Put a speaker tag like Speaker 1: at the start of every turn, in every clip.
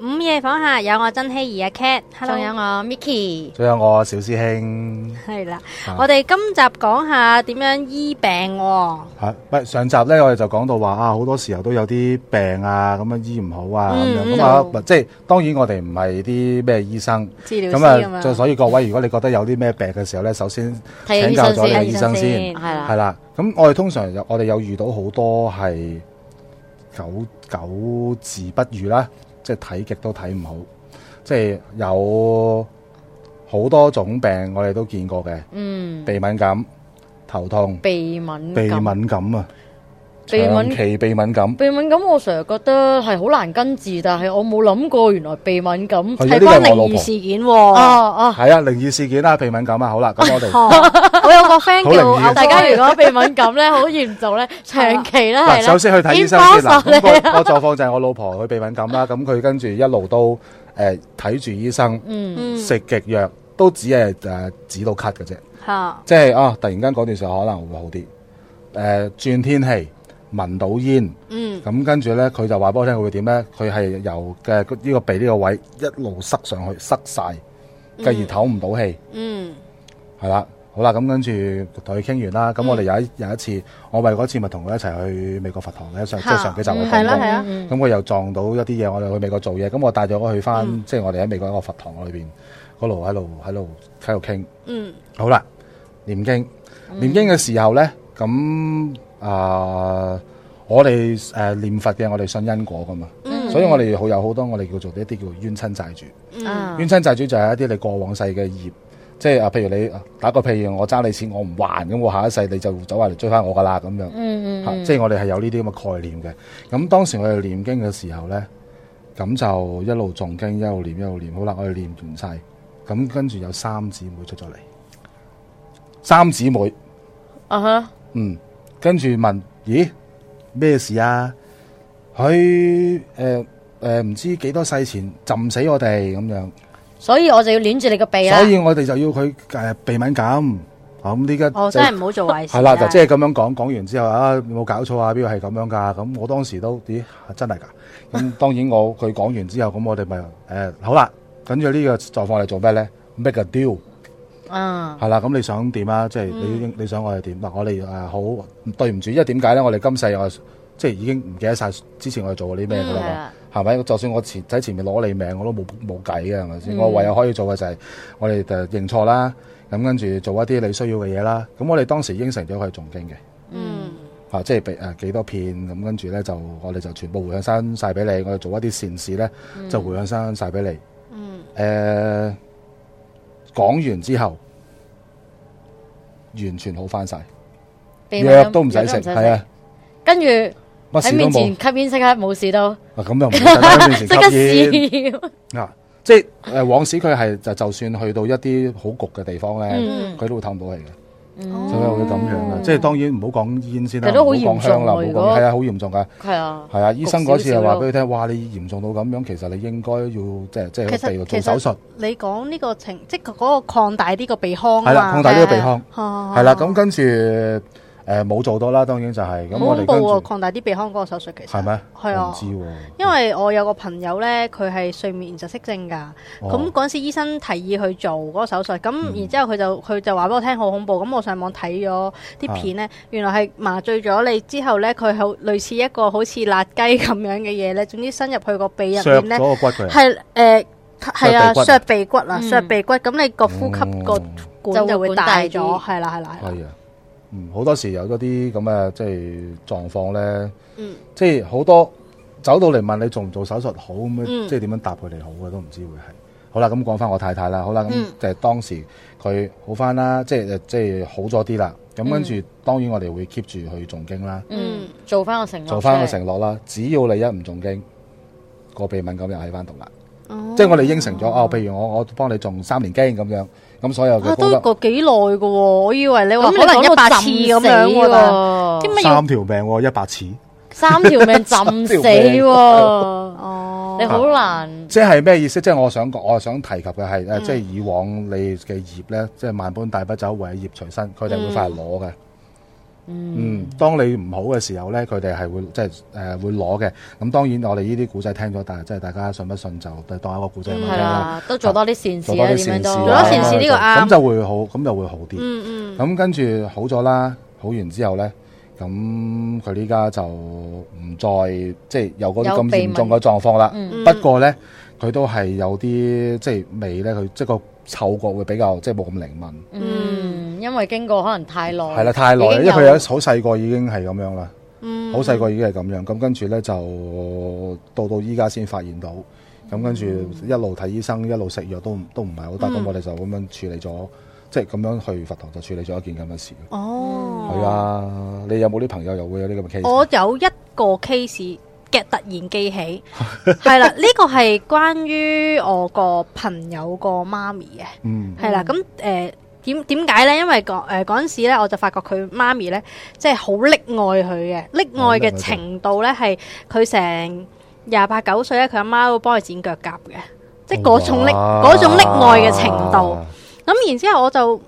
Speaker 1: 午夜房客有我珍希怡阿 Cat，hello，
Speaker 2: 仲有我 Miki，
Speaker 3: 仲有我小師兄
Speaker 1: 系啦，
Speaker 3: 啊
Speaker 1: 我哋今集講下點樣醫病、喎。
Speaker 3: 嚇，喂、啊上集咧我哋就講到話啊，好多時候都有啲病啊，咁樣醫唔好啊，咁
Speaker 1: 嗯
Speaker 3: 樣咁啊
Speaker 2: 嗯，
Speaker 3: 咪即係當然我哋唔係啲咩醫生，
Speaker 2: 治療師
Speaker 3: 咁
Speaker 2: 咁
Speaker 3: 啊，
Speaker 2: 樣，
Speaker 3: 就所以各位，如果你覺得有啲咩病嘅時候咧，首先
Speaker 2: 睇下
Speaker 3: 請
Speaker 2: 醫
Speaker 3: 教
Speaker 2: 生
Speaker 3: 咗你
Speaker 2: 先
Speaker 3: 嘅醫生先，
Speaker 2: 係啦
Speaker 3: 係啦。咁我哋通常有我哋有遇到好多係久久治不愈啦，即係睇極都睇唔好，即係有好多種病我哋都見過嘅，
Speaker 2: 嗯，
Speaker 3: 鼻敏感、頭痛。
Speaker 2: 鼻敏
Speaker 3: 鼻
Speaker 2: 感，
Speaker 3: 敏感啊，
Speaker 2: 鼻敏
Speaker 3: 長期鼻敏感，
Speaker 2: 鼻敏感我成日覺得係好難根治，但係我冇諗過原來鼻敏感
Speaker 3: 係
Speaker 1: 係
Speaker 3: 哦呢個
Speaker 1: 關
Speaker 3: 係我
Speaker 1: 靈
Speaker 3: 老
Speaker 1: 異
Speaker 3: 婆
Speaker 1: 事件、喎。
Speaker 2: 啊啊！
Speaker 3: 係啊，靈異事件啦，鼻敏感啊，好啦，咁我哋
Speaker 1: 哦我有個 friend 叫
Speaker 3: 好靈異
Speaker 1: 阿
Speaker 3: 啊
Speaker 2: 大家如果鼻敏感咧好嚴重 咧，長期咧
Speaker 3: 嗱，
Speaker 2: 係
Speaker 3: 首
Speaker 2: 啦，
Speaker 3: 先去睇醫生先啦。
Speaker 2: 已經幫
Speaker 3: 咁
Speaker 2: 手你
Speaker 3: 個個狀況就係我老婆佢鼻敏感啦，咁佢跟住一路都誒睇住醫生，
Speaker 2: 嗯，
Speaker 1: 嗯
Speaker 3: 食極藥都只係誒止到咳嘅啫，
Speaker 1: 吓
Speaker 3: 即係啊，突然間嗰段時候可能會好啲。誒轉天氣，聞到煙，
Speaker 1: 嗯
Speaker 3: 咁跟住咧佢就話俾我聽佢會點咧？佢係由嘅呢個鼻呢個位一路塞上去，塞晒，繼而唞唔到氣。
Speaker 1: 嗯
Speaker 3: 係啦，好啦，咁跟住同佢傾完啦。咁
Speaker 1: 嗯
Speaker 3: 我哋有一有一次，我為嗰次咪同佢一齊去美國佛堂嘅，上即係上幾集我
Speaker 1: 係
Speaker 3: 講
Speaker 1: 啦
Speaker 3: 過
Speaker 1: 係。啊
Speaker 2: 嗯，
Speaker 3: 咁佢又撞到一啲嘢，我哋去美國做嘢，咁我帶咗佢去翻，
Speaker 1: 嗯
Speaker 3: 即係我哋喺美國一個佛堂裏邊嗰度喺度喺度喺度傾。
Speaker 1: 嗯
Speaker 3: 好啦，念經，念經嘅時候咧，咁啊、我哋誒、呃念佛嘅，我哋信因果噶嘛，
Speaker 1: 嗯
Speaker 3: 所以我哋好有好多我哋叫做一啲叫冤親債主。
Speaker 1: 嗯
Speaker 2: 啊
Speaker 3: 冤親債主就係一啲你過往世嘅業，即係啊，譬如你啊打個譬如我揸你錢，我唔還，咁我下一世你就走埋嚟追翻我噶啦，咁樣
Speaker 2: 嗯
Speaker 3: 嚇
Speaker 2: 嗯，
Speaker 3: 即係我哋係有呢啲咁嘅概念嘅。咁當時我哋念經嘅時候咧，咁就一路誦經，一路念，一路念，好啦，我哋念完晒，咁跟住有三姊妹出咗嚟，三姊妹，
Speaker 2: 啊哈，
Speaker 3: 嗯，跟住問，咦，咩事啊？佢誒誒唔知幾多世前浸死我哋咁樣。
Speaker 2: 所以我就要捏住你個鼻
Speaker 1: 啊
Speaker 2: 啦
Speaker 3: 所，以我哋就要佢誒鼻敏感，啊咁呢家
Speaker 1: 哦，真係唔好做壞事啊。
Speaker 3: 係啦，就即係咁樣講，講完之後啊，有冇搞錯啊？邊個係咁樣㗎？咁我當時都咦真係㗎？ 咁當然我佢講完之後，咁我哋咪誒好啦，跟住呢個狀況嚟做咩咧？make a deal
Speaker 2: 啊，
Speaker 3: 係啦，咁你想點
Speaker 2: 嗯
Speaker 3: 啊？即係你你想我哋點嗱？我哋誒呃好對唔住，因為點解咧？我哋今世我即係已經唔記得晒之前我哋做過啲咩㗎
Speaker 2: 嗯係啊
Speaker 3: 啦嘛。
Speaker 2: 啦，
Speaker 3: 係咪？就算我前喺前面攞你命，我都冇冇計嘅，係咪先？
Speaker 2: 嗯
Speaker 3: 我唯有可以做嘅就係我哋就呃認錯啦，咁跟住做一啲你需要嘅嘢啦。咁我哋當時應承咗佢仲經嘅，
Speaker 1: 嗯
Speaker 3: 啊，即係俾誒幾多片咁，跟住咧就我哋就全部回向翻晒俾你，我哋做一啲善事咧
Speaker 2: 嗯
Speaker 3: 就回向翻晒俾你。誒、
Speaker 1: 嗯
Speaker 3: 講完之後，完全好翻晒，
Speaker 2: 鼻敏感
Speaker 3: 藥都唔使食，係，啊，
Speaker 2: 跟住
Speaker 3: 乜
Speaker 2: 喺
Speaker 3: 事都
Speaker 2: 面
Speaker 3: 冇
Speaker 2: 前。吸煙即刻冇事都，
Speaker 3: 啊 咁又唔得，
Speaker 2: 即
Speaker 3: 面前
Speaker 2: 刻
Speaker 3: 吸煙。
Speaker 2: 試，
Speaker 3: 啊，即係誒往時佢係就就算去到一啲好焗嘅地方咧，
Speaker 2: 嗯
Speaker 3: 佢、都會氹到氣嘅，
Speaker 2: 嗯
Speaker 3: 就係會咁樣啊嘅。即係當然唔好講煙先啦，
Speaker 2: 其實都好
Speaker 3: 唔好講香啦，唔好
Speaker 2: 嚴重喎
Speaker 3: 講係啊，好嚴重㗎，
Speaker 2: 係啊，
Speaker 3: 係啊。醫生嗰次
Speaker 2: 少
Speaker 3: 係
Speaker 2: 少
Speaker 3: 話
Speaker 2: 咯
Speaker 3: 俾佢聽，哇！你嚴重到咁樣，其實你應該要即係即係
Speaker 1: 其
Speaker 3: 去
Speaker 1: 實
Speaker 3: 鼻度做手術，
Speaker 1: 你講呢個情，即係嗰個擴大呢個鼻腔啊
Speaker 3: 係啦，擴大呢個鼻腔，
Speaker 1: 哦
Speaker 3: 係啦。咁跟住誒冇做到啦，當然就係咁。
Speaker 1: 好
Speaker 3: 我
Speaker 1: 恐
Speaker 3: 哋
Speaker 1: 怖
Speaker 3: 跟
Speaker 1: 喎！
Speaker 3: 住
Speaker 1: 擴大啲鼻腔嗰個手術其實
Speaker 3: 係咪？
Speaker 1: 係啊
Speaker 3: 我唔知喎。
Speaker 1: 因為我有個朋友咧，佢係睡眠窒息症㗎，
Speaker 3: 哦
Speaker 1: 咁嗰陣時醫生提議去做嗰個手術，咁
Speaker 3: 嗯
Speaker 1: 然之後佢就佢就話俾我聽好恐怖，咁我上網睇咗啲片
Speaker 3: 啊
Speaker 1: 咧，原來係麻醉咗你之後咧，佢好類似一個好似辣雞咁樣嘅嘢咧，總之伸入去個鼻入
Speaker 3: 削
Speaker 1: 面
Speaker 3: 咗
Speaker 1: 咧，
Speaker 3: 個骨佢啊，
Speaker 1: 係誒係啊
Speaker 3: 削鼻
Speaker 1: 削鼻
Speaker 3: 骨
Speaker 1: 骨啊
Speaker 2: 嗯
Speaker 1: 削鼻骨，咁你個呼吸個
Speaker 3: 哦
Speaker 1: 管就會大
Speaker 2: 就會
Speaker 1: 咗，
Speaker 2: 管
Speaker 1: 係啦係啦係啦，
Speaker 3: 係啊，嗯，好多時有嗰啲咁嘅即係狀況咧，
Speaker 1: 嗯
Speaker 3: 即係好多走到嚟問你做唔做手術好咁樣，
Speaker 1: 嗯
Speaker 3: 即係點樣答佢哋好嘅都唔知會係。好啦，咁講翻我太太啦，好啦，咁
Speaker 1: 嗯
Speaker 3: 就係當時佢好翻啦，即係呃即係好咗啲啦。咁跟住
Speaker 1: 嗯
Speaker 3: 當然我哋會 keep 住去誦經啦，
Speaker 2: 嗯，做翻個承諾，
Speaker 3: 做翻個承諾啦。只要你一唔誦經，個鼻敏感又喺翻度啦。
Speaker 1: 哦
Speaker 3: 即係我哋應承咗哦，譬如我我幫你誦三年經咁樣，咁所有
Speaker 1: 啊
Speaker 3: 嘅
Speaker 1: 都
Speaker 3: 功德
Speaker 1: 個幾耐嘅喎，我以為你話
Speaker 2: 咁
Speaker 1: 可能一百次咁樣喎，但係
Speaker 2: 喎，
Speaker 1: 點解要
Speaker 3: 三條命喎一百次，
Speaker 2: 三條命浸死
Speaker 3: 三條命
Speaker 2: 喎，
Speaker 1: 哦，
Speaker 2: 你好難
Speaker 3: 即係咩意思？即係我想講，我想提及嘅係誒，即係以往你嘅業咧，即係萬般帶不走，唯有業隨身，佢哋會快嚟攞嘅。嗯，當你唔好嘅時候咧，佢哋係會即係誒會攞嘅。咁當然我哋呢啲古仔聽咗，但係即係大家信不信就當一個古仔咁樣
Speaker 2: 係
Speaker 3: 聽啦。
Speaker 2: 啦，都做多啲善
Speaker 3: 做
Speaker 2: 事
Speaker 3: 多
Speaker 2: 啦，
Speaker 3: 啲
Speaker 2: 點樣
Speaker 3: 善事啊
Speaker 2: 都
Speaker 3: 啦，
Speaker 1: 做多善事呢個啱
Speaker 3: 咁就會好，咁就會好啲。
Speaker 1: 嗯嗯
Speaker 3: 咁跟住好咗啦，好完之後咧，咁佢呢家就唔再即係有嗰啲
Speaker 2: 有
Speaker 3: 咁
Speaker 2: 鼻敏
Speaker 3: 嚴重嘅狀況啦。
Speaker 2: 嗯
Speaker 1: 嗯，
Speaker 3: 不過咧，佢都係有啲即係味咧，佢即係個嗅覺會比較即係冇咁靈敏。
Speaker 2: 嗯，因為經過可能太耐，
Speaker 3: 係啦，太耐
Speaker 2: 哦
Speaker 3: 啦，因
Speaker 2: 已
Speaker 3: 為
Speaker 2: 經
Speaker 3: 佢有
Speaker 2: 有
Speaker 3: 好細個已經係咁樣啦，
Speaker 1: 嗯，
Speaker 3: 好細個已經係咁樣。咁跟住咧就到到依家先發現到。咁跟住一路睇醫生，一路食藥都唔都唔係好得。咁、
Speaker 1: 嗯
Speaker 3: 我哋就咁樣處理咗，即係咁樣去佛堂就處理咗一件咁嘅事。
Speaker 1: 哦，
Speaker 3: 係啊，你有冇啲朋友又會有呢咁嘅 case？
Speaker 1: 我有一個 case 嘅突然記 起，係啦，呢個係關於我個朋友個媽咪嘅。
Speaker 3: 嗯
Speaker 1: 係啦，咁誒點點解咧？因為嗰誒嗰陣時咧，我就發覺佢媽咪咧，即係好溺愛佢嘅，溺愛嘅程度咧係佢成廿八九歲咧，佢阿媽會幫佢剪腳甲嘅，即係嗰種溺
Speaker 3: 哇
Speaker 1: 嗰種溺愛嘅程度。咁然之後我就。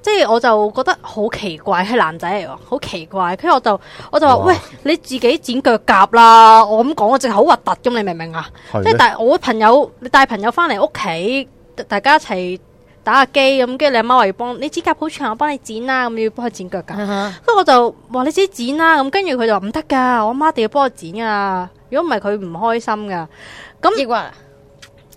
Speaker 1: 即係我就覺得好奇怪，係男仔嚟喎，好奇怪。跟住我就我就話：
Speaker 3: 哇
Speaker 1: 喂，你自己剪腳甲啦！我咁講，我直係好核突咁，你明唔明啊？
Speaker 3: 係
Speaker 1: 即係
Speaker 3: 咧
Speaker 1: 但係我朋友，你帶朋友翻嚟屋企，大大家一齊打下機咁，跟住你阿媽話要幫你指甲好長，我幫你剪啦，咁要幫佢剪腳甲。
Speaker 2: 啊哈
Speaker 1: 跟住我就話你自己剪啦，咁跟住佢就話唔得㗎，我阿媽一定要幫我剪㗎，如果唔係佢唔開心㗎。
Speaker 2: 抑鬱啊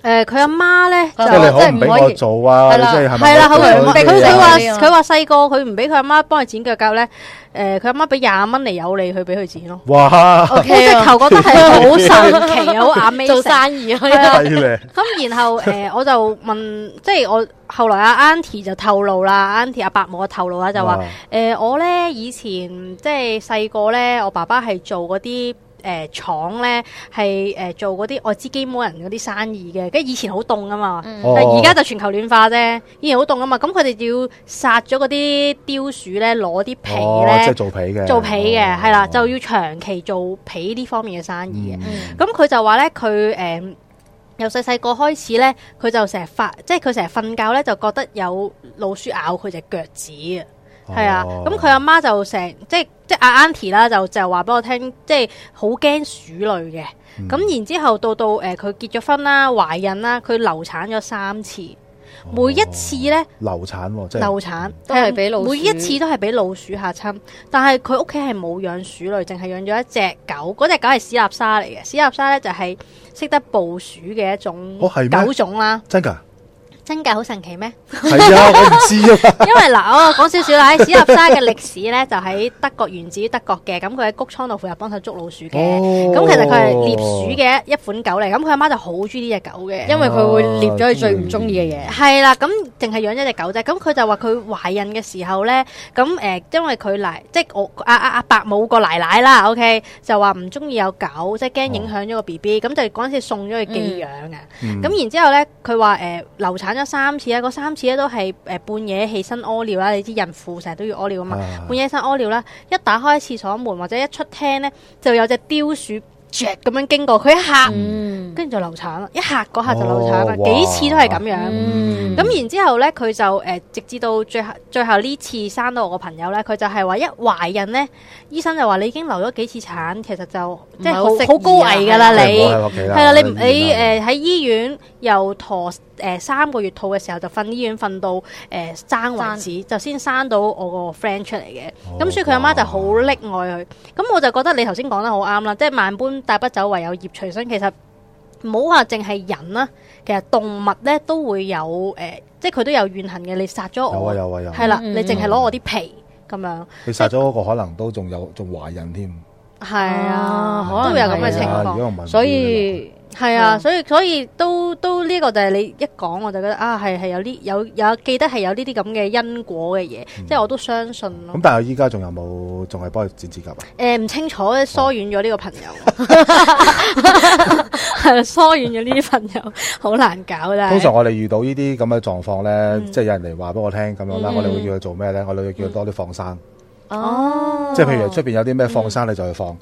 Speaker 1: 誒佢阿媽咧
Speaker 2: 佢
Speaker 3: 即係
Speaker 1: 就
Speaker 3: 你可唔俾我做啊？
Speaker 2: 係
Speaker 3: 你
Speaker 2: 啦
Speaker 3: 即係係咪
Speaker 1: 係啦，
Speaker 3: 我
Speaker 1: 佢
Speaker 3: 做
Speaker 1: 佢
Speaker 3: 咗
Speaker 2: 唔俾
Speaker 3: 啲嘢
Speaker 1: 佢
Speaker 3: 啊
Speaker 1: 話
Speaker 2: 呢個
Speaker 1: 佢話細個佢唔俾佢阿媽幫佢剪腳甲咧，誒佢阿媽俾廿蚊嚟有你，佢俾佢剪 咯。
Speaker 3: 哇，
Speaker 1: 我直
Speaker 2: ，OK 啊，
Speaker 1: 頭覺得係好神奇， 好 amazing
Speaker 2: 做生意
Speaker 1: 係 啊
Speaker 2: 啊，
Speaker 3: 係咧，
Speaker 1: 咁然後誒、呃我就問，即係我後來阿 Auntie 就透露啦，Auntie 阿伯母就透露啦，就
Speaker 3: 啊
Speaker 1: 話誒、呃我咧以前即係細個咧，我爸爸係做嗰啲。呃誒廠咧係誒呃做嗰啲愛滋基摩人嗰啲生意嘅，跟住以前好凍啊嘛，
Speaker 2: 嗯
Speaker 1: 但係而家
Speaker 3: 就
Speaker 1: 就全球暖化啫，以前好凍啊嘛，咁佢哋要殺咗嗰啲貂鼠咧，攞啲皮
Speaker 3: 哦即係
Speaker 1: 咧
Speaker 3: 做皮嘅，哦
Speaker 1: 做皮嘅，係啦，就
Speaker 3: 要
Speaker 1: 要長期做皮呢方面嘅生意嘅。
Speaker 2: 嗯
Speaker 1: 咁佢就話咧，佢誒由細細個開始咧，佢就成日發，即係佢成日瞓覺咧，就覺得有老鼠咬佢隻腳趾啊。係啊，咁佢阿媽就成即係即係阿 Auntie 啦，就就話俾我聽，即係好驚鼠類嘅。咁、然之後到到誒佢、結咗婚啦、懷孕啦，佢流產咗三次，
Speaker 3: 哦
Speaker 1: 每一次咧
Speaker 3: 流產喎，即係
Speaker 1: 流產
Speaker 2: 都係俾老鼠
Speaker 1: 每一次都係俾老鼠嚇親，但係佢屋企係冇養鼠類，淨係養咗一隻狗。嗰只狗係史納沙嚟嘅，史納沙咧就係識得捕鼠嘅一種
Speaker 3: 哦係咩
Speaker 1: 狗種啦。
Speaker 3: 真㗎，
Speaker 1: 真㗎好神奇咩？
Speaker 3: 係啊，我唔 知啊，
Speaker 1: 因為嗱，我講少少啦，喺史納沙嘅歷史咧就喺德國源自於德國嘅，咁佢喺谷倉度負責幫手捉老鼠嘅。咁、
Speaker 3: 咁
Speaker 1: 其實佢係獵鼠嘅一款狗嚟，咁佢阿媽就好中意呢只狗嘅。
Speaker 2: 因為佢會獵咗佢最唔中意嘅嘢，
Speaker 1: 係啦，咁淨係養咗只狗啫。咁佢就話佢懷孕嘅時候咧，咁誒、呃因為佢奶，即係我阿阿阿伯母個奶奶啦，OK，就話唔中意有狗，即係驚
Speaker 3: 哦
Speaker 1: 影響咗個 B B，咁就嗰陣時送咗佢寄養嘅。
Speaker 3: 嗯
Speaker 1: 咁、然之後咧，佢話誒流產咗三次咧，嗰三次咧都係誒、呃半夜起身屙尿啦，你知孕婦成日都要屙尿噶嘛，
Speaker 3: 啊
Speaker 1: 半夜起身屙尿啦，一打開廁所門或者一出廳咧，就有隻貂鼠雀咁樣經過，佢一嚇，
Speaker 2: 嗯
Speaker 1: 跟住就流產啦，一嚇嗰下就流產啦，
Speaker 3: 哦哇
Speaker 1: 幾次都係咁樣。
Speaker 2: 嗯
Speaker 1: 咁然之後咧，佢就誒、呃直至到最後最後呢次生到我個朋友咧，佢就係話一懷孕咧，醫生就話你已經流咗幾次產，其實就即係好
Speaker 2: 唔係好適宜啊
Speaker 1: 好高危㗎啦，
Speaker 2: 係啊
Speaker 1: 你
Speaker 3: 係
Speaker 1: 係啦，
Speaker 3: 啦，
Speaker 1: 你唔你誒喺醫院由陀誒三個月肚嘅時候就瞓醫院瞓到誒生為止，就先生到我個 friend 出嚟嘅。
Speaker 3: 哦
Speaker 1: 咁、所以佢阿媽就好溺愛佢。咁我就覺得你頭先講得好啱啦，即係萬般帶不走，唯有業隨身。其實唔好話淨係人啦，其實動物咧都會有誒、呃即係佢都有怨恨嘅。你殺咗
Speaker 3: 有啊
Speaker 1: 我，
Speaker 3: 有啊有啊，
Speaker 1: 係啦，
Speaker 2: 嗯
Speaker 1: 你淨係攞我啲皮咁樣，
Speaker 3: 你殺咗嗰個可能都仲有仲懷孕添，
Speaker 1: 係啊，
Speaker 2: 啊可能
Speaker 1: 都會有咁嘅情
Speaker 3: 係啊如
Speaker 1: 況。
Speaker 3: 果唔係唔會
Speaker 2: 所以
Speaker 1: 係啊，
Speaker 2: 嗯
Speaker 1: 所以所以都都呢個就係你一講我就覺得啊，係係有呢有有記得係有呢啲咁嘅因果嘅嘢，即係我都相信咯
Speaker 3: 嗯咁。但係依家仲有冇仲係幫佢剪指甲啊？
Speaker 1: 誒唔清楚，疏遠咗呢個朋友， 係啦疏遠咗呢啲朋友，好難搞啦。
Speaker 3: 通常我哋遇到呢啲咁嘅狀況咧，
Speaker 1: 嗯
Speaker 3: 即係有人嚟話俾我聽咁樣啦，
Speaker 2: 嗯
Speaker 3: 我哋會叫佢做咩咧？我哋會叫佢多啲放
Speaker 1: 嗯
Speaker 3: 生，
Speaker 2: 哦，
Speaker 3: 即係譬如出邊有啲咩放生，你就去放。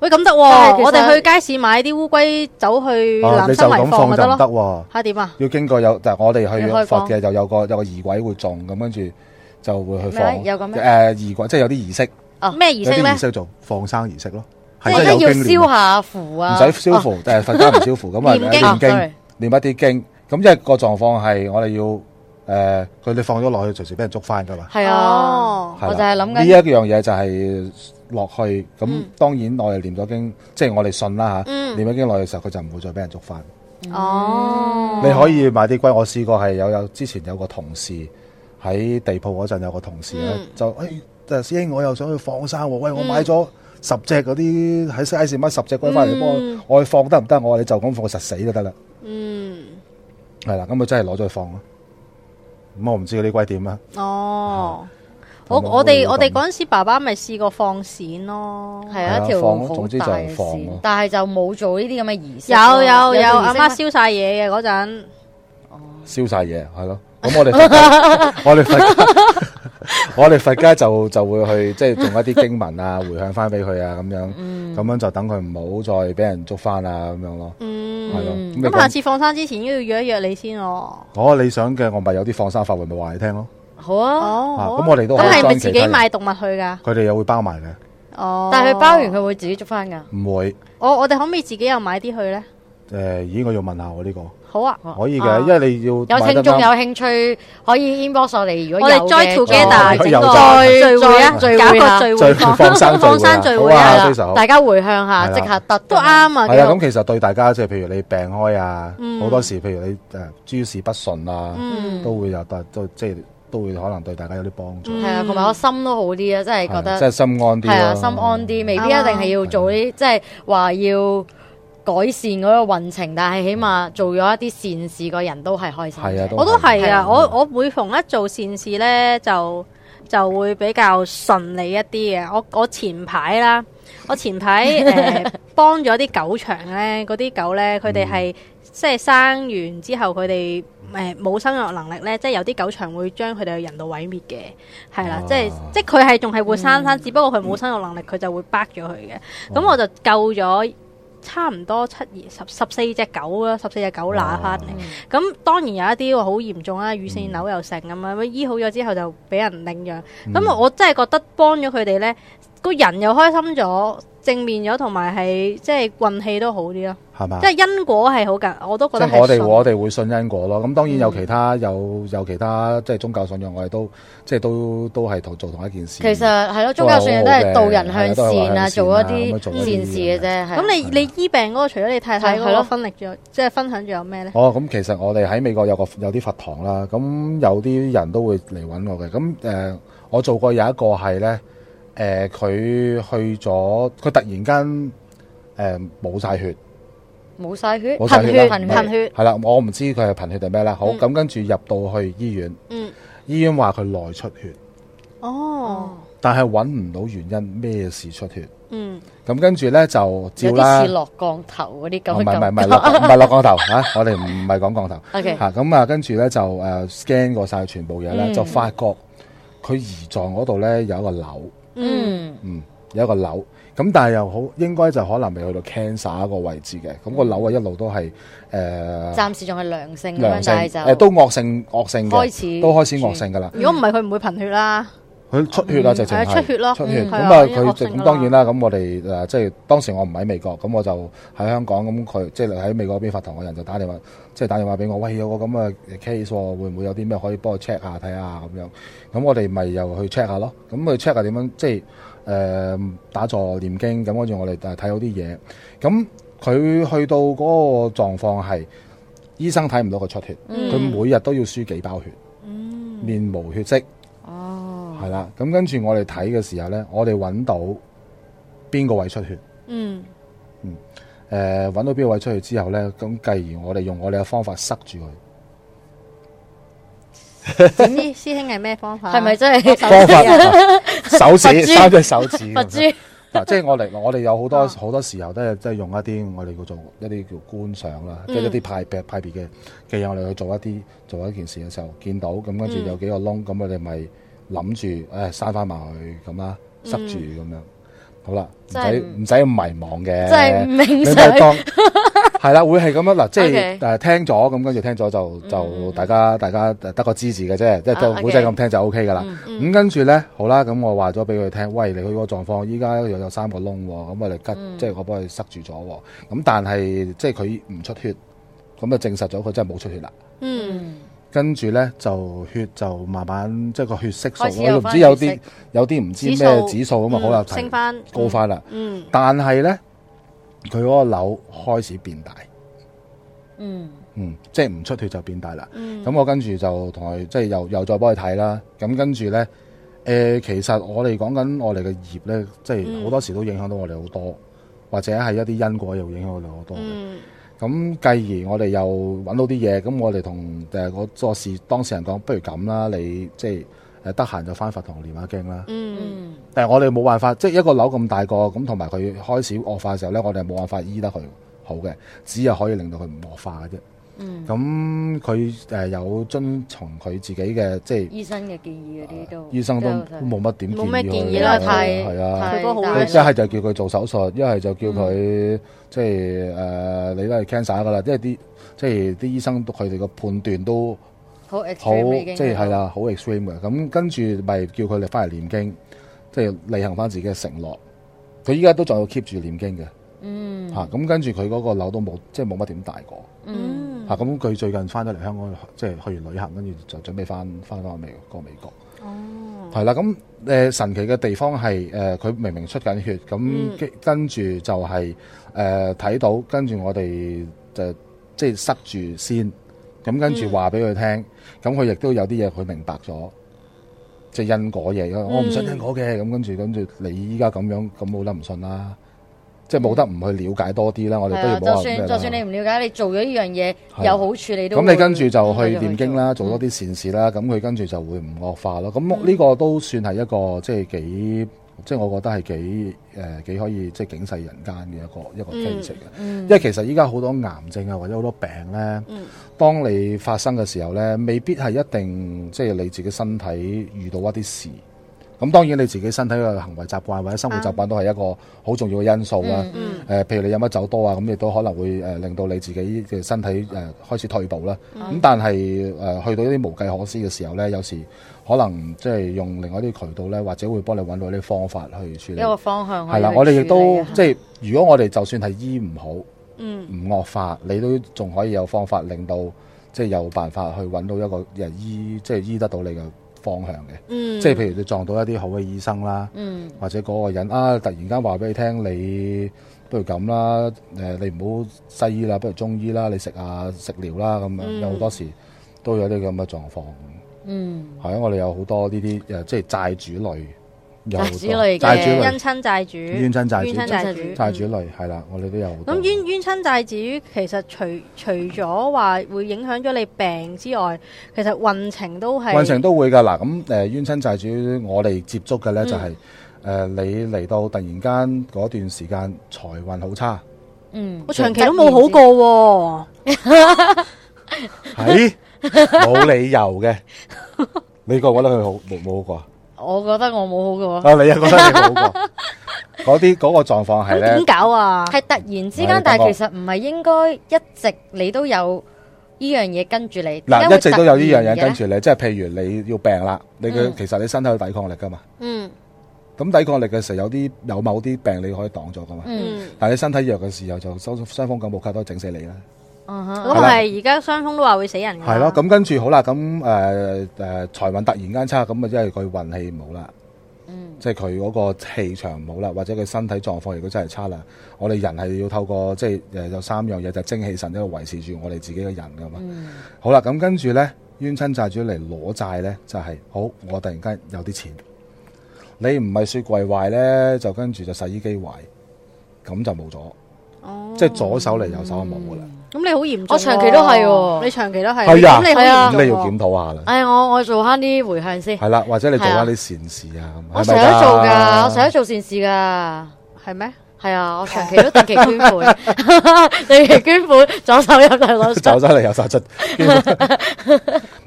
Speaker 1: 喂咁得
Speaker 2: 但係
Speaker 1: 喎，
Speaker 2: 其實
Speaker 1: 我哋去街市買啲烏龜走去
Speaker 3: 啊，
Speaker 1: 南
Speaker 3: 你就
Speaker 1: 生圍
Speaker 3: 咁
Speaker 1: 放
Speaker 3: 放
Speaker 1: 咪
Speaker 3: 就
Speaker 1: 得
Speaker 3: 唔得
Speaker 1: 咯，
Speaker 3: 喎，
Speaker 1: 嚇點啊？
Speaker 3: 要經過有，但係我哋去
Speaker 2: 要開
Speaker 3: 佛
Speaker 2: 放
Speaker 3: 嘅就有個有個儀軌會種咁，跟住就會去
Speaker 2: 咩
Speaker 3: 放。
Speaker 2: 有個咩
Speaker 3: 誒儀軌即係有啲儀式，
Speaker 2: 哦
Speaker 1: 咩
Speaker 3: 有
Speaker 1: 儀
Speaker 3: 啲
Speaker 1: 式咧
Speaker 3: 儀？式做放生儀式咯，
Speaker 2: 即
Speaker 3: 真
Speaker 2: 係
Speaker 3: 係
Speaker 2: 都
Speaker 3: 有
Speaker 2: 要
Speaker 3: 經念
Speaker 2: 燒
Speaker 3: 嘅。
Speaker 2: 下符
Speaker 3: 唔
Speaker 2: 啊，
Speaker 3: 使消符，但係佛家唔消 符，咁啊
Speaker 1: 念
Speaker 3: 念
Speaker 1: 經
Speaker 2: 啊
Speaker 3: 經
Speaker 2: ，sorry
Speaker 3: 念一啲經，咁因為個狀況係我哋要誒，佢哋放咗落去，隨時俾人捉翻噶嘛。
Speaker 2: 係啊，
Speaker 1: 哦
Speaker 3: 係啦
Speaker 2: 我就係諗緊
Speaker 3: 呢一樣嘢就係落去，咁
Speaker 1: 嗯
Speaker 3: 當然我哋念咗經，即係我哋信啦吓，
Speaker 1: 嗯
Speaker 3: 念咗經落去嘅時候，佢就唔會再俾人捉翻。
Speaker 1: 啊哦，
Speaker 3: 你可以買啲龜，我試過係有有之前有個同事喺地鋪嗰陣有個同事咧
Speaker 1: 嗯，
Speaker 3: 就誒師兄我又想去放生喎，喂我買咗十隻嗰啲喺街市買十隻龜翻嚟，幫
Speaker 1: 嗯
Speaker 3: 我我去放得唔得？我話你就咁放實死就得啦。
Speaker 1: 嗯，
Speaker 3: 係啦，咁佢真係攞咗去放咯。咁我唔知嗰啲龜點啊啦。
Speaker 1: 哦。
Speaker 3: 同
Speaker 1: 我
Speaker 3: 埋
Speaker 1: 我哋
Speaker 3: 會
Speaker 1: 我哋
Speaker 3: 咁
Speaker 1: 嗰陣時，爸爸咪試過放閃咯。
Speaker 2: 係
Speaker 3: 係啊
Speaker 2: 啊，一條
Speaker 3: 放咯
Speaker 2: 好
Speaker 3: 總之就
Speaker 2: 大
Speaker 3: 係
Speaker 2: 嘅
Speaker 3: 放咯
Speaker 2: 線，但係就冇做呢啲咁嘅儀式
Speaker 1: 有
Speaker 2: 咯。
Speaker 1: 有有，啊
Speaker 2: 做儀
Speaker 1: 阿
Speaker 2: 式
Speaker 1: 媽
Speaker 2: 咩
Speaker 1: 燒晒嘢嘅嗰陣，
Speaker 3: 燒晒嘢，係咯。咁我哋佛家我哋佛家我哋佛家就就會去即係用一啲經文啊，回向翻俾佢啊，咁樣，
Speaker 1: 嗯
Speaker 3: 咁樣就等佢唔好再俾人捉翻啊，咁樣咯，係
Speaker 1: 嗯，
Speaker 3: 咯。咁你
Speaker 1: 咁哦下
Speaker 3: 講
Speaker 1: 次放生之前應該要約一約你先咯。
Speaker 3: 我理想嘅，我咪有啲放生法會咪話你聽咯。
Speaker 2: 好啊，
Speaker 1: 哦，
Speaker 3: 啊
Speaker 1: 好
Speaker 3: 咁
Speaker 1: 啊
Speaker 3: 我哋都可以
Speaker 1: 咁係咪
Speaker 3: 裝
Speaker 1: 自
Speaker 3: 其他
Speaker 1: 己
Speaker 3: 人
Speaker 1: 買動物去㗎？
Speaker 3: 佢哋又會包埋嘅，
Speaker 1: 哦，
Speaker 2: 但係佢包完佢會自己捉翻㗎。
Speaker 3: 唔會。
Speaker 1: 我我哋可唔可以自己又買啲去咧？
Speaker 3: 誒、咦，我要問下我呢、個
Speaker 1: 好啊，
Speaker 3: 可以
Speaker 2: 啊
Speaker 3: 嘅，因為你要
Speaker 2: 有
Speaker 3: 買得
Speaker 2: 聽眾有
Speaker 3: 啱
Speaker 2: 興趣可以 inbox 我哋，如果
Speaker 1: 我哋
Speaker 2: 有
Speaker 1: join
Speaker 2: 嘅
Speaker 1: together 整
Speaker 3: 再再
Speaker 1: 個聚會啊，
Speaker 2: 聚
Speaker 1: 搞
Speaker 2: 會啊
Speaker 1: 個聚會
Speaker 3: 聚放生聚會
Speaker 1: 放
Speaker 3: 啊
Speaker 1: 生聚會
Speaker 3: 好啊
Speaker 1: 啊，
Speaker 2: 係
Speaker 3: 非常好
Speaker 2: 啦，大家回向下，
Speaker 3: 係啦
Speaker 2: 即刻得
Speaker 1: 都啱啊，
Speaker 3: 係啊，
Speaker 1: 幾好
Speaker 3: 咁其實對大家即係譬如你病開啊，好、
Speaker 1: 嗯
Speaker 3: 多時譬如你誒諸事不順啊，
Speaker 1: 嗯
Speaker 3: 都會有但都即係都會可能對大家有啲幫助，
Speaker 2: 係啊，同埋我心都好啲啊，真係覺
Speaker 3: 係啊
Speaker 2: 得
Speaker 3: 即係心安啲
Speaker 2: 係啊，
Speaker 3: 咯，
Speaker 2: 心安啲，未必一定
Speaker 1: 啱啊
Speaker 2: 係要做呢，即係話要改善嗰個運程，但係起碼做咗一啲善事，個人都係開心嘅。
Speaker 3: 係啊都
Speaker 1: 我都係
Speaker 2: 係
Speaker 1: 啊，
Speaker 2: 啊
Speaker 1: 我我每逢一做善事咧，就就會比較順利一啲嘅。我我前排啦，我前排誒幫咗啲狗場咧，嗰啲狗咧，佢
Speaker 3: 嗯
Speaker 1: 哋係即係生完之後，佢哋誒冇生育能力咧，即係有啲狗場會將佢哋人道毀滅嘅，係啦，
Speaker 3: 啊
Speaker 1: 即係即係佢係仲係活生生，只不過佢冇生育能力，佢就會掰咗佢嘅。咁、
Speaker 3: 哦
Speaker 1: 我就救咗差唔多七二十十四隻狗啊啦，十四隻狗乸翻嚟。咁當然有一啲好嚴重啦，乳腺瘤又成咁
Speaker 3: 嗯
Speaker 1: 樣，咁醫好咗之後就俾人領養。咁、我真係覺得幫咗佢哋呢個人又開心咗，正面咗，同埋係即係運氣都好啲咯。
Speaker 3: 係嘛
Speaker 1: 即？係因果係好緊，我都覺
Speaker 3: 啊即
Speaker 1: 得
Speaker 3: 係我哋
Speaker 1: 信
Speaker 3: 我哋會信因果咯。咁當然有其他有有其他即係宗教信仰，我哋都即係都都係同做同一件事。
Speaker 2: 其實係咯，宗教信仰都係導人向善啊，
Speaker 3: 都係
Speaker 2: 做一
Speaker 3: 話向善啊咁樣
Speaker 2: 啲
Speaker 3: 做一
Speaker 2: 善
Speaker 3: 啲
Speaker 2: 事嘅啫。係
Speaker 1: 咁你你醫病嗰個，除咗你太太嗰
Speaker 2: 係係
Speaker 1: 個
Speaker 2: 咯
Speaker 1: 分力咗，即係分享仲有咩呢？
Speaker 3: 哦，咁其實我哋喺美國有個有啲佛堂啦，咁有啲人都會嚟揾我嘅。咁誒、呃我做過有一個係咧，誒、佢去咗，佢突然間誒冇晒血，
Speaker 2: 冇晒血，
Speaker 3: 冇晒
Speaker 2: 貧
Speaker 3: 血
Speaker 2: 血，啊
Speaker 3: 啦
Speaker 2: 貧
Speaker 1: 貧
Speaker 2: 血，
Speaker 1: 血，
Speaker 3: 係啦，我唔知佢係貧血定咩啦。好，
Speaker 1: 嗯
Speaker 3: 咁跟住入到去醫院，
Speaker 1: 嗯，
Speaker 3: 醫院話佢內出血，
Speaker 1: 哦，
Speaker 3: 但係揾唔到原因咩事出血。
Speaker 1: 嗯，
Speaker 3: 咁跟住咧就照
Speaker 2: 有
Speaker 3: 啦，哦
Speaker 2: 啲似落降頭嗰啲
Speaker 3: 唔
Speaker 2: 咁嘅
Speaker 3: 係唔係
Speaker 2: 感
Speaker 3: 唔係
Speaker 2: 覺。
Speaker 3: 落唔係落降頭嚇，啊我哋唔係講降頭。
Speaker 2: OK，
Speaker 3: 嚇咁啊，跟住咧就誒 scan 過晒全部嘢咧，
Speaker 2: 嗯
Speaker 3: 就發覺佢胰臟嗰度咧有一個瘤，
Speaker 1: 嗯，
Speaker 2: 嗯，
Speaker 3: 嗯，有一個瘤。咁但係又好，應該就可能未去到 cancer 個位置嘅。咁個瘤啊一路都係
Speaker 2: 暫
Speaker 3: 誒
Speaker 2: 時嗯仲係良性咁樣
Speaker 3: 良，性，
Speaker 2: 但係就
Speaker 3: 誒都惡性惡性嘅，
Speaker 2: 開始
Speaker 3: 都開始惡性㗎啦。
Speaker 1: 如果唔係佢唔會貧血啦。
Speaker 3: 佢出血啊，直情
Speaker 1: 係
Speaker 3: 係
Speaker 1: 出血咯
Speaker 3: 出血
Speaker 2: 嗯
Speaker 3: 咁
Speaker 1: 係啊
Speaker 3: 啊，
Speaker 1: 已經
Speaker 3: 佢
Speaker 1: 惡性㗎
Speaker 3: 咁
Speaker 1: 啦
Speaker 3: 當然啦。咁我哋誒即係當時我唔喺美國，咁我就喺香港。咁佢即係喺美國嗰邊發堂嘅人就打電話，即係打電話俾我，喂有個咁嘅 case 喎，會唔會有啲咩可以幫我 check 下睇下咁樣？咁我哋咪又去 check 下咯。咁佢 check 下點樣？即係誒、呃打坐念經，咁跟住我哋誒睇好啲嘢。咁佢去到嗰個狀況係醫生睇唔到佢出血，
Speaker 1: 嗯
Speaker 3: 佢每日都要輸幾包血，
Speaker 1: 嗯，
Speaker 3: 面無血跡。
Speaker 2: 哦，
Speaker 3: 係啦，咁跟住我哋睇嘅時候咧，我哋揾到邊個位出血，
Speaker 1: 嗯，
Speaker 3: 誒、誒揾到標位出去之後咧，咁繼而我哋用我哋嘅方法塞住佢。
Speaker 1: 師師兄係咩方法？
Speaker 2: 嗯係咪真
Speaker 1: 我
Speaker 2: 係
Speaker 1: 手指啊
Speaker 3: 方法手指
Speaker 2: 佛珠
Speaker 3: 三隻手指
Speaker 2: 佛
Speaker 3: 咁樣。
Speaker 2: 珠？
Speaker 3: 嗱，即係我哋我哋有好
Speaker 1: 啊
Speaker 3: 多好多時候都係即係用一啲我哋叫做一啲叫觀賞啦，即係
Speaker 1: 嗯
Speaker 3: 一啲派別派別嘅嘅嘢，我哋去做一啲做一件事嘅時候，見到咁跟住
Speaker 1: 嗯
Speaker 3: 有幾個窿，咁我哋咪諗住誒閂翻埋佢咁啦，塞住咁樣。好啦，唔
Speaker 2: 嗯真係
Speaker 3: 使
Speaker 2: 唔
Speaker 3: 唔使咁迷茫嘅，
Speaker 2: 真係唔 明
Speaker 3: 你
Speaker 2: 想
Speaker 3: 咪當係啦，會係咁啊樣嗱，即
Speaker 2: OK 嗯
Speaker 3: 係誒聽咗咁，跟住聽咗就就大家大家得個支持嘅啫，即係
Speaker 2: 啊
Speaker 3: 當古仔
Speaker 2: OK 嗯
Speaker 3: 咁聽就 O K 噶啦。咁跟住咧，好啦，咁我話咗俾佢聽，喂，你佢嗰個狀況依家又有三個窿喎，咁我哋吉，
Speaker 2: 嗯
Speaker 3: 即係我幫佢塞住咗喎。咁但係即係佢唔出血，咁啊就證實咗佢真係冇出血啦。
Speaker 1: 嗯，
Speaker 2: 嗯，
Speaker 3: 跟住咧就血就慢慢即係個血色素，
Speaker 2: 開始
Speaker 3: 我
Speaker 2: 有
Speaker 3: 都唔
Speaker 2: 返
Speaker 3: 知有
Speaker 2: 血
Speaker 3: 啲
Speaker 2: 色
Speaker 3: 有啲唔知
Speaker 1: 指
Speaker 3: 咩
Speaker 1: 數
Speaker 3: 指數咁啊，
Speaker 1: 嗯
Speaker 3: 好啦，提
Speaker 1: 升翻
Speaker 3: 高，翻啦。
Speaker 1: 嗯
Speaker 3: 但係咧，佢嗰個瘤開始變大，
Speaker 2: 嗯，
Speaker 3: 嗯，即係唔出血就變大啦。
Speaker 1: 嗯
Speaker 3: 咁我跟住就同佢即係又又再幫佢睇啦。咁跟住咧，誒、其實我哋講緊我哋嘅業咧，即係
Speaker 1: 嗯
Speaker 3: 好多時都影響到我哋好多，或者係一啲因果又影響我哋好多嘅。
Speaker 1: 嗯
Speaker 3: 咁繼而我哋又揾到啲嘢，咁我哋同誒嗰個事當事人講，不如咁啦，你即係誒得閒就翻佛堂念下經啦。
Speaker 1: 嗯
Speaker 2: 嗯，
Speaker 3: 但係我哋冇辦法，即係一個瘤咁大個，咁同埋佢開始惡化嘅時候咧，我哋係冇辦法醫得佢好嘅，只係可以令到佢唔惡化嘅啫。
Speaker 2: 嗯，
Speaker 3: 咁佢誒有遵從佢自己嘅，即係
Speaker 2: 醫生嘅建議嗰啲都，
Speaker 3: 醫生都
Speaker 2: 有睇
Speaker 3: 都冇乜點
Speaker 1: 冇咩建議
Speaker 3: 議
Speaker 1: 啦
Speaker 3: 啦，
Speaker 1: 太
Speaker 3: 係啊。
Speaker 1: 太佢都好
Speaker 2: 大
Speaker 1: 大
Speaker 3: 一係嗯就叫佢做手術，一係就叫佢即係誒，你都係 cancer 噶啦，因為啲即係啲醫生佢哋個判斷都
Speaker 2: 好
Speaker 3: 好，
Speaker 2: extreme 已經
Speaker 3: 即係係，啦，好 extreme 嘅。咁跟住咪叫佢哋翻嚟念經，即係履行翻自己嘅承諾。佢依家都仲有 keep 住念經嘅
Speaker 2: 嗯，
Speaker 3: 嚇，咁跟住佢嗰個瘤都冇，即係冇乜點大過。
Speaker 2: 嗯，
Speaker 3: 啊，咁佢最近翻咗嚟香港，即係去完旅行，跟住就準備翻翻翻美國，過美國。
Speaker 1: 哦，
Speaker 3: 係啦，咁誒、呃神奇嘅地方係誒，呃佢、明明出緊血，
Speaker 1: 嗯
Speaker 3: 咁跟跟住就係誒睇到，跟住我哋就即係塞住先，咁跟住
Speaker 1: 嗯
Speaker 3: 話俾佢聽，咁佢亦都有啲嘢佢明白咗，即係因果嘢。
Speaker 2: 嗯
Speaker 3: 我唔信因果嘅，咁跟住跟住你依家咁樣，咁冇得唔信啦，即係冇得唔去了解多啲啦。我哋
Speaker 2: 嗯係
Speaker 3: 不如
Speaker 2: 啊，就
Speaker 3: 冇話咩
Speaker 2: 算
Speaker 3: 啦
Speaker 2: 就算你唔了解，你做咗呢樣嘢
Speaker 3: 係
Speaker 2: 有好處，你都
Speaker 3: 咁你跟住
Speaker 2: 會嗯
Speaker 3: 就
Speaker 2: 會
Speaker 3: 去念經啦，做多啲善事啦，咁佢跟住就會唔惡化咯。咁呢個都算係一個即係幾，即係我覺得係幾誒、呃、幾可以即係警世人間嘅一個一個
Speaker 1: 嗯
Speaker 3: case 嚟嘅。
Speaker 2: 嗯
Speaker 3: 因為其實依家好多癌症啊，或者好多病咧，
Speaker 1: 嗯
Speaker 3: 當你發生嘅時候咧，未必係一定即係你自己身體遇到一啲事。咁當然你自己身體嘅行為習慣或者生活習慣都係一個好重要嘅因素啦。
Speaker 2: 嗯
Speaker 1: 嗯
Speaker 3: 誒、譬如你飲得酒多啊，咁亦都可能會誒、令到你自己嘅身體誒、開始退步啦。
Speaker 2: 嗯
Speaker 3: 咁、但係誒、去到一啲無計可施嘅時候咧，有時可能即係用另外一啲渠道咧，或者會幫你揾到一啲方法去處
Speaker 2: 一
Speaker 3: 理。
Speaker 2: 個方向可以
Speaker 3: 係啦，
Speaker 2: 去
Speaker 3: 我哋亦
Speaker 2: 處理
Speaker 3: 都
Speaker 2: 啊
Speaker 3: 即係如果我哋就算係醫唔好、唔
Speaker 1: 嗯
Speaker 3: 惡化，你都仲可以有方法令到即係有辦法去揾到一個誒醫即係醫得到你嘅方向嘅。
Speaker 1: 嗯，
Speaker 3: 即係譬如你撞到一啲好嘅醫生啦。
Speaker 2: 嗯
Speaker 3: 或者嗰個人啊，突然間話俾你聽，你不如咁啦，誒、你唔好西醫啦，不如中醫啦，你食下食療啦，咁樣、
Speaker 1: 嗯
Speaker 3: 有好多時都有啲咁嘅狀況。
Speaker 2: 嗯
Speaker 3: 係啊，我哋有好多呢啲誒，即係債主類，有好多
Speaker 2: 債主類嘅
Speaker 3: 債主
Speaker 2: 如
Speaker 1: 冤
Speaker 3: 類、
Speaker 1: 親債主，
Speaker 3: 冤親債
Speaker 1: 冤
Speaker 3: 主
Speaker 1: 親
Speaker 3: 債、
Speaker 1: 債
Speaker 2: 嗯
Speaker 1: 主。
Speaker 3: 主類係啦，我哋都有好多。
Speaker 1: 咁冤冤親債主其實除除咗話會影響咗你病之外，其實運程都係
Speaker 3: 運程都會㗎嗱，咁誒、呃冤親債主，我哋接觸嘅
Speaker 2: 嗯
Speaker 3: 咧就係、誒、你嚟到突然間嗰段時間財運好 差，
Speaker 2: 嗯，
Speaker 1: 我長期都冇好過喎。
Speaker 3: 係冇理由嘅。你覺唔覺得佢好冇冇好過啊？
Speaker 2: 我覺得我冇好過咯，
Speaker 3: 啊，你又覺得你好 過？嗰啲嗰個狀況係
Speaker 1: 咁
Speaker 3: 咧
Speaker 1: 點，搞啊？
Speaker 2: 係突然之
Speaker 3: 係
Speaker 2: 間，但
Speaker 3: 咁
Speaker 2: 係
Speaker 3: 我
Speaker 2: 其實唔係應該一直你都有呢樣嘢跟住你，點解
Speaker 3: 嗱
Speaker 2: 會
Speaker 3: 一直都有呢樣
Speaker 2: 突然嘅呢
Speaker 3: 嘢跟住你，即係譬如你要病啦，你
Speaker 2: 嗯
Speaker 3: 嘅其實你身體有抵抗力噶嘛，
Speaker 1: 嗯
Speaker 3: 咁抵抗力嘅時候有啲有某啲病你可以擋咗噶嘛，
Speaker 2: 嗯，
Speaker 1: 嗯，
Speaker 3: 但係你身體弱嘅時候就收傷風感冒咳都整死你啦，
Speaker 2: 嗯
Speaker 1: 咁
Speaker 2: 哼
Speaker 1: 係而家雙方都話會死人㗎。
Speaker 3: 係咯，咁跟住好啦，咁誒誒財運突然間差，咁啊因為佢運氣唔好啦。
Speaker 2: 嗯
Speaker 3: 即係佢嗰個氣場唔好啦，或者佢身體狀況亦都真係差啦。我哋人係要透過即係誒有三樣嘢，就係精氣神呢個維持住我哋自己嘅人噶嘛。
Speaker 2: 嗯
Speaker 3: 好啦，咁跟住呢，冤親債主嚟攞債呢，就係、好，我突然間有啲錢，你唔係雪櫃壞呢，就跟住就洗衣機壞，咁就冇咗。
Speaker 1: 哦，
Speaker 3: 即係左手嚟，右手就冇噶啦。
Speaker 1: 咁你好嚴重喎。
Speaker 2: 我哦長期都係喎
Speaker 1: 你長期都係。
Speaker 3: 係啊
Speaker 1: 咁你好
Speaker 2: 係啊
Speaker 1: 嚴
Speaker 3: 咁
Speaker 1: 重
Speaker 3: 你要
Speaker 1: 喎
Speaker 3: 檢討下啦。
Speaker 2: 唉，我我做翻啲回向先。
Speaker 3: 係啦，或者你做
Speaker 2: 係啊
Speaker 3: 翻啲善事啊，
Speaker 2: 我
Speaker 3: 係
Speaker 2: 成
Speaker 3: 咪
Speaker 2: 日都做
Speaker 3: 㗎
Speaker 2: 噶，我成日都做善事噶。
Speaker 1: 係咩？
Speaker 2: 係啊，我長期都定期捐款， 定期捐款，左手入 右手出
Speaker 3: 走。咗嚟又走出，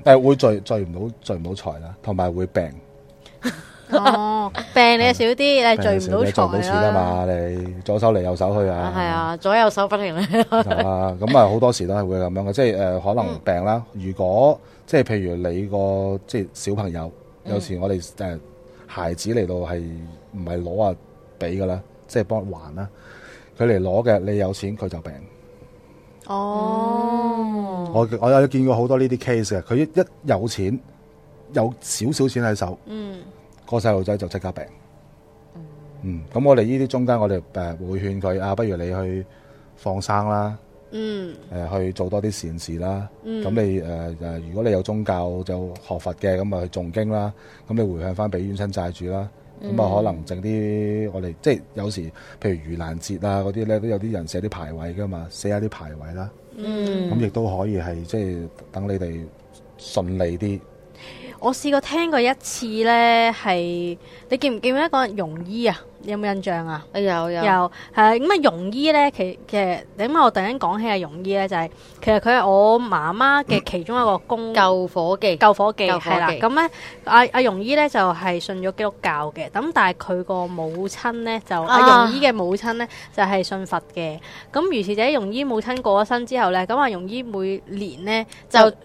Speaker 3: 誒會聚聚唔到聚唔到財啦，同埋會病，
Speaker 1: 哦，病你就少啲，你
Speaker 3: 病嘅
Speaker 1: 聚唔
Speaker 3: 時候
Speaker 1: 到
Speaker 3: 你聚唔到
Speaker 1: 財
Speaker 3: 錢啊
Speaker 1: 啦。
Speaker 3: 嘛，你左手嚟右手去啊
Speaker 2: 啊，，係，啊，左右手不停咧。
Speaker 3: 係嘛， 咁啊好多時都係會咁樣嘅，即係誒、可
Speaker 2: 嗯
Speaker 3: 能病啦。如果即係譬如你個即係小朋友，
Speaker 2: 嗯
Speaker 3: 有時我哋誒、孩子嚟到係唔係攞啊俾噶啦，即係幫還啦。佢嚟攞嘅，你有錢佢就病。
Speaker 1: 哦，
Speaker 3: 我我有見過好多呢啲 case 嘅，佢一一有錢，有少少錢喺手，
Speaker 1: 嗯，
Speaker 3: 個細路仔就即刻病。嗯，咁我哋呢啲中間，我哋誒、會勸佢啊，不如你去放生啦，
Speaker 1: 嗯，
Speaker 3: 誒、去做多啲善事啦。
Speaker 1: 嗯
Speaker 3: 咁、你誒誒、如果你有宗教就學佛嘅，咁啊去誦經啦。咁你回向翻俾冤親債主啦。
Speaker 1: 嗯
Speaker 3: 咁啊，可能整啲我哋即係有時，譬如盂蘭節啊嗰啲咧，都有啲人寫啲牌位噶嘛，寫下啲牌位啦。
Speaker 1: 嗯。
Speaker 3: 咁亦都可以係即係等你哋順利啲。
Speaker 1: 我試過聽過一次咧，係你記唔記得講容醫啊？你有冇印象啊？
Speaker 2: 哎有
Speaker 1: 又
Speaker 2: 有
Speaker 1: 係啊咁啊，容醫咧，其其實點解我突然間講起阿容醫咧，就係、其實佢係我媽媽嘅其中一個公
Speaker 2: 救火技，
Speaker 1: 救火記
Speaker 2: 救火
Speaker 1: 係啦。
Speaker 2: 記
Speaker 1: 咁咧，阿阿容姨咧就係、信咗基督教嘅，咁但係佢個母親咧就阿、
Speaker 2: 啊
Speaker 1: 容姨嘅母親咧就係、信佛嘅。咁如是者，容姨母親過咗身之後咧，咁阿容姨每年咧就
Speaker 2: 就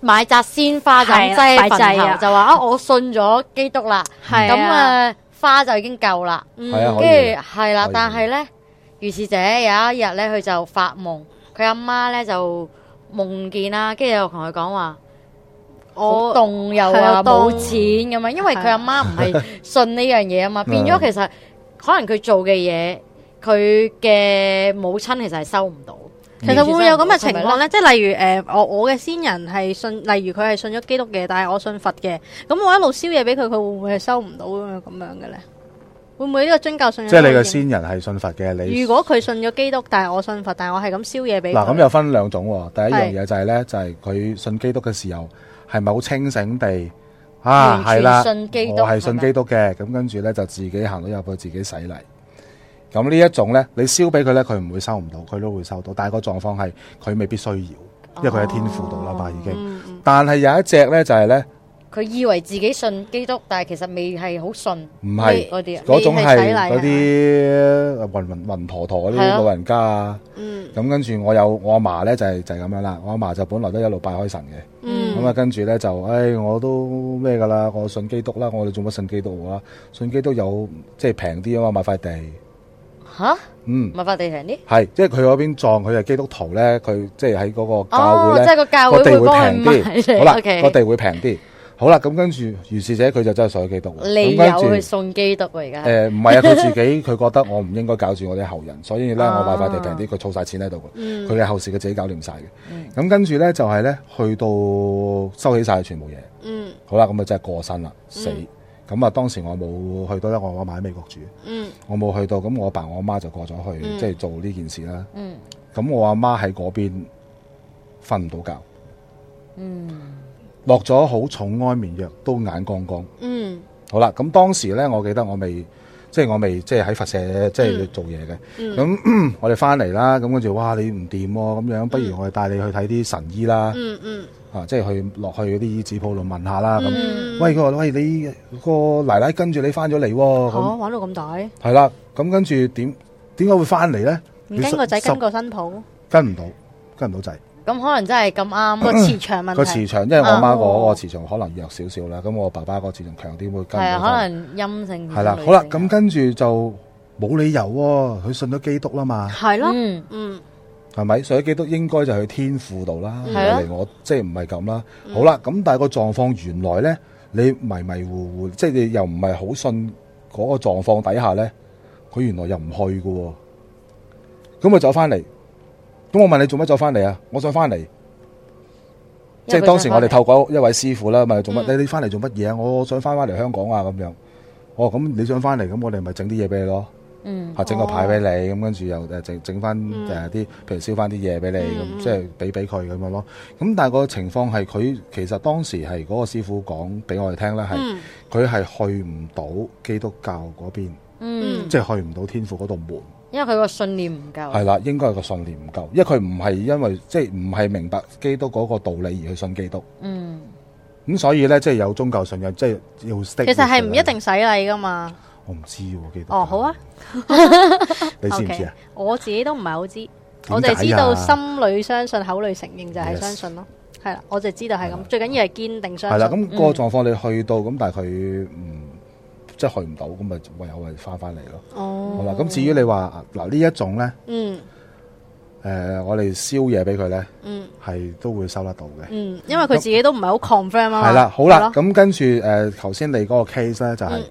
Speaker 2: 買扎鮮花就
Speaker 1: 係
Speaker 2: 咁
Speaker 1: 啊
Speaker 2: 擠
Speaker 1: 擺祭
Speaker 2: 墳
Speaker 1: 啊
Speaker 2: 頭，就話啊我信咗基督啦，
Speaker 1: 係
Speaker 2: 咁啊花就已經夠啦。
Speaker 1: 嗯
Speaker 3: 係
Speaker 2: 跟
Speaker 3: 啊可以
Speaker 2: 住係啦
Speaker 3: 可，以
Speaker 2: 但係咧，如是者有一日咧，佢就發夢，佢阿媽咧就夢見啦，跟住又同佢講話。好
Speaker 1: 我
Speaker 2: 凍又
Speaker 1: 係
Speaker 2: 話
Speaker 1: 啊
Speaker 2: 冇
Speaker 1: 凍
Speaker 2: 錢咁樣，因為佢
Speaker 1: 係
Speaker 2: 阿媽唔係信呢樣嘢啊 嘛，
Speaker 3: 嗯
Speaker 2: 變咗其實可能佢做嘅嘢，佢嘅母親其實係收唔到。
Speaker 1: 其實會唔會有咁嘅情
Speaker 2: 係咪
Speaker 1: 況咧？即係例如誒、呃我我嘅先人係信，例如佢係信咗基督嘅，但係我信佛嘅，咁我一路燒嘢俾佢，佢會唔會係收唔到咁樣咁樣嘅咧？會唔會呢個宗教
Speaker 2: 嗯
Speaker 1: 信仰
Speaker 3: 即係你嘅
Speaker 1: 嘅
Speaker 3: 先人係信佛嘅，你
Speaker 1: 如果佢信咗基督，但係我信佛，但係我係咁燒嘢俾佢。
Speaker 3: 嗱咁又分兩種喎。第一
Speaker 1: 係
Speaker 3: 樣嘢就係咧，就係佢信基督嘅時候係咪好清醒地啊？
Speaker 2: 完全
Speaker 3: 係啦，
Speaker 2: 信基督
Speaker 3: 我係信
Speaker 2: 係咪
Speaker 3: 基督嘅，咁跟住咧就自己行到入去自己洗禮。咁呢一種咧，你燒俾佢咧，佢唔會收唔到，佢都會收到，但係個狀況係佢未必需要，因為佢喺天父度啦嘛已經。
Speaker 2: 哦
Speaker 1: 嗯嗯
Speaker 3: 但係有一隻咧就係咧，
Speaker 2: 佢以為自己信基督，但係其實未係好信
Speaker 3: 唔係
Speaker 2: 嗰啲啊。
Speaker 3: 嗰種
Speaker 1: 未
Speaker 3: 係
Speaker 1: 係洗禮
Speaker 3: 嗰呃啲暈暈暈陀陀嗰
Speaker 2: 係
Speaker 3: 啲
Speaker 2: 啊
Speaker 3: 老人家啊。
Speaker 1: 嗯
Speaker 3: 咁跟住我有我阿嫲咧就係、就係、咁樣啦，我阿嫲就本來都一路拜開神嘅，
Speaker 1: 嗯
Speaker 3: 咁啊跟住咧就，唉我都咩噶啦，我信基督啦，我哋做乜信基督啊？信基督有即係平啲啊嘛，買塊地，
Speaker 2: 吓，
Speaker 3: 嗯
Speaker 2: 咪發地平啲。
Speaker 3: 係，即係佢嗰邊撞佢係基督徒咧，佢即係喺嗰個教
Speaker 2: 哦，
Speaker 3: 會
Speaker 2: 即係
Speaker 3: 咧
Speaker 2: 個教
Speaker 3: 個
Speaker 2: 會
Speaker 3: 地
Speaker 2: 會
Speaker 3: 會
Speaker 2: 幫佢
Speaker 3: 平
Speaker 2: 買
Speaker 3: 啲，
Speaker 2: 嚟。
Speaker 3: 好 啦
Speaker 2: OK
Speaker 3: 個地會平啲，好啦咁跟住如是者佢就真係信咗基督喎，
Speaker 2: 你
Speaker 3: 咁
Speaker 2: 有
Speaker 3: 跟住
Speaker 2: 去信基督喎而家？
Speaker 3: 誒唔係啊，佢自己 佢覺得我唔應該搞住我啲後人，所以咧
Speaker 2: 啊
Speaker 3: 我買塊地平啲，佢儲晒錢喺度嘅，
Speaker 1: 嗯
Speaker 3: 佢嘅後事佢自己搞掂晒嘅。咁跟住咧就係咧去到收起晒全部嘢，
Speaker 1: 嗯
Speaker 3: 好啦，咁啊真係過身啦，死。咁啊當時我冇去到咧，我我買美國住，
Speaker 1: 嗯
Speaker 3: 我冇去到，咁我阿爸我阿媽就過咗去，
Speaker 1: 嗯
Speaker 3: 即係做呢件事啦。
Speaker 2: 嗯
Speaker 3: 咁我阿媽喺嗰邊瞓唔到覺，
Speaker 2: 嗯，
Speaker 3: 落咗好重安眠藥，都眼光光。
Speaker 1: 嗯
Speaker 3: 好啦，咁當時咧，我記得我未，即係我未，即係喺佛社，即
Speaker 1: 嗯
Speaker 3: 係做嘢嘅。咁、嗯我哋翻嚟啦，咁跟住，哇，你唔掂喎，咁樣，不如我哋帶你去睇啲神醫啦，
Speaker 1: 嗯嗯
Speaker 3: 啊，即係去落去嗰啲醫紙鋪度問下啦。咁、
Speaker 1: 嗯，
Speaker 3: 喂，佢話喂，你個奶奶跟住你翻咗嚟喎，
Speaker 1: 嚇
Speaker 3: 咁
Speaker 1: 玩到咁大，
Speaker 3: 係啦，咁跟住點點解會翻嚟咧？
Speaker 1: 唔
Speaker 3: 你
Speaker 1: 跟
Speaker 3: 十
Speaker 1: 個仔
Speaker 3: 十
Speaker 1: 跟個新抱，
Speaker 3: 跟唔到，跟唔到仔。
Speaker 2: 咁可能真係 咁啱
Speaker 1: 個磁場問
Speaker 3: 個
Speaker 1: 題
Speaker 3: 磁。場，因為我媽嗰
Speaker 2: 哦
Speaker 3: 個磁場可能弱少少啦，咁我爸爸個磁場強啲，會跟唔
Speaker 2: 係啊，
Speaker 3: 到返嚟
Speaker 2: 可能陰性
Speaker 3: 係啦，好啦，咁跟住就冇理由喎、佢信咗基督啦嘛，
Speaker 1: 係咯，
Speaker 2: 嗯
Speaker 1: 嗯
Speaker 3: 係咪？信咗基督應該就去天父度啦，
Speaker 2: 係啊
Speaker 3: 嚟我即係唔係咁啦。好啦，咁但係個狀況原來咧，你迷迷糊糊，即係你又唔係好信嗰個狀況底下咧，佢原來又唔去嘅喎。咁佢走翻嚟，咁我問你做乜走翻嚟啊？我想翻嚟，即係當時我哋透過一位師傅啦，咪做
Speaker 1: 嗯
Speaker 3: 乜？你你翻嚟做乜嘢啊？我想翻翻嚟香港啊咁樣。哦，咁你想翻嚟，咁我哋咪整啲嘢俾你咯。
Speaker 2: 嗯，
Speaker 3: 啊整個牌俾你，咁跟住又誒整整翻
Speaker 1: 嗯
Speaker 3: 誒啲，譬如燒翻啲嘢俾你，
Speaker 1: 嗯
Speaker 3: 咁即係俾俾佢咁樣咯。咁但係個情況係佢其實當時係嗰個師傅講俾我哋聽咧，係
Speaker 1: 嗯
Speaker 3: 佢係去唔到基督教嗰邊，
Speaker 2: 嗯，
Speaker 3: 即係去唔到天父嗰度門。
Speaker 2: 因為佢個信念唔
Speaker 1: 哦
Speaker 2: 夠，
Speaker 3: 係啦，應該係個信念唔夠，因為佢唔係因為即係唔係明白基督嗰個道理而去信基督。
Speaker 2: 嗯，
Speaker 3: 咁所以咧，即係有宗教信仰，即係要 stick
Speaker 1: 其實係唔
Speaker 3: with
Speaker 1: 一定洗禮噶嘛。
Speaker 3: 嘅。我唔知喎，基督教
Speaker 1: 哦，好啊，，
Speaker 3: 你知唔知啊？
Speaker 1: 我自己都唔係好知，
Speaker 3: 解啊呀
Speaker 1: 我就係知道心裏相信，口裏承認就係
Speaker 3: Yes
Speaker 1: 相信咯。係啦，我就知道係
Speaker 3: 係啦
Speaker 1: 咁，最緊要係堅定
Speaker 3: 係
Speaker 1: 相
Speaker 3: 啦，
Speaker 1: 信。
Speaker 3: 咁個狀況你去到咁，但係佢唔即係去唔到，咁咪唯有係翻翻嚟咯。
Speaker 1: 哦，
Speaker 3: 好啦，咁至於你話啊嗱呢一種咧，
Speaker 1: 嗯
Speaker 3: 誒我哋燒嘢俾佢咧，
Speaker 1: 嗯
Speaker 3: 係都會收得到嘅。
Speaker 1: 嗯，因為佢自己都唔係好 confirm 啊嘛。
Speaker 3: 係啦，好啦，
Speaker 1: 係咯，
Speaker 3: 咁跟住誒頭先你嗰個 case 咧，就係
Speaker 1: 嗯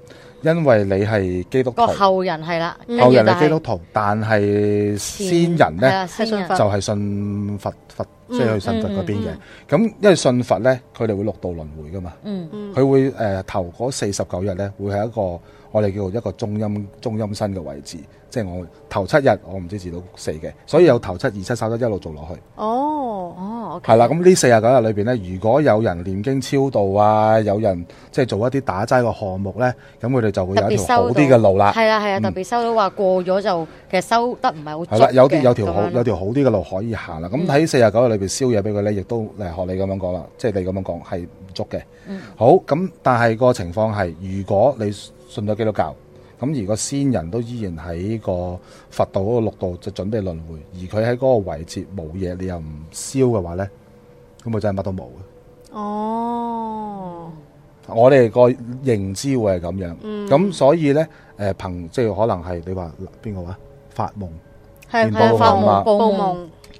Speaker 3: 因為你係基督徒
Speaker 2: 個，後人係啦，
Speaker 1: 嗯
Speaker 3: 後人
Speaker 2: 跟
Speaker 3: 係
Speaker 2: 住但
Speaker 3: 基督
Speaker 2: 係
Speaker 3: 徒，但係先人
Speaker 2: 係
Speaker 3: 咧。
Speaker 2: 啦先
Speaker 1: 係信
Speaker 2: 人
Speaker 1: 佛
Speaker 3: 就係信佛佛，
Speaker 1: 嗯
Speaker 3: 即係去信佛嗰邊嘅
Speaker 2: 嗯。
Speaker 3: 咁因為信佛咧，佢哋會六道輪迴噶嘛，
Speaker 2: 嗯
Speaker 1: 嗯
Speaker 3: 佢會誒頭嗰四十九日咧，會係一個我哋叫做一個中陰中陰身嘅位置，即係我頭七日我唔知至到四嘅，所以有頭七、二七、三七一路做落去。
Speaker 1: 哦，
Speaker 2: 哦，OK，
Speaker 3: 係啦，咁呢四十九日裏邊咧，如果有人念經超度啊，有人即係做一啲打齋嘅項目咧，咁佢哋就會有一條好啲嘅路啦。
Speaker 2: 係啦係啊，
Speaker 3: 嗯
Speaker 2: 特別收到話過咗就其實收得唔係好足
Speaker 3: 係啦，有啲
Speaker 2: 嘅
Speaker 3: 有條好
Speaker 2: 咁樣
Speaker 3: 有條好啲嘅路可以行啦。咁
Speaker 2: 嗯
Speaker 3: 喺四廿九日裏邊燒嘢俾佢咧，亦都誒學你咁樣講啦，即係你咁樣講係唔足嘅。
Speaker 2: 嗯
Speaker 3: 好咁，但係個情況係，如果你信咗基督教，咁而個先人都依然喺個佛道嗰個六道就準備輪迴，而佢喺嗰個位置冇嘢，你又唔燒嘅話咧，咁佢真係乜都冇嘅。
Speaker 1: 哦，
Speaker 3: 我哋個認知會係咁樣，
Speaker 1: 嗯，
Speaker 3: 咁、所以咧誒憑即係可能係你呃話邊個話發夢，
Speaker 1: 係
Speaker 3: 見
Speaker 1: 係
Speaker 3: 到
Speaker 1: 啊
Speaker 3: 個
Speaker 1: 發
Speaker 3: 夢啦
Speaker 1: 夢報
Speaker 2: 報
Speaker 1: 夢
Speaker 2: 夢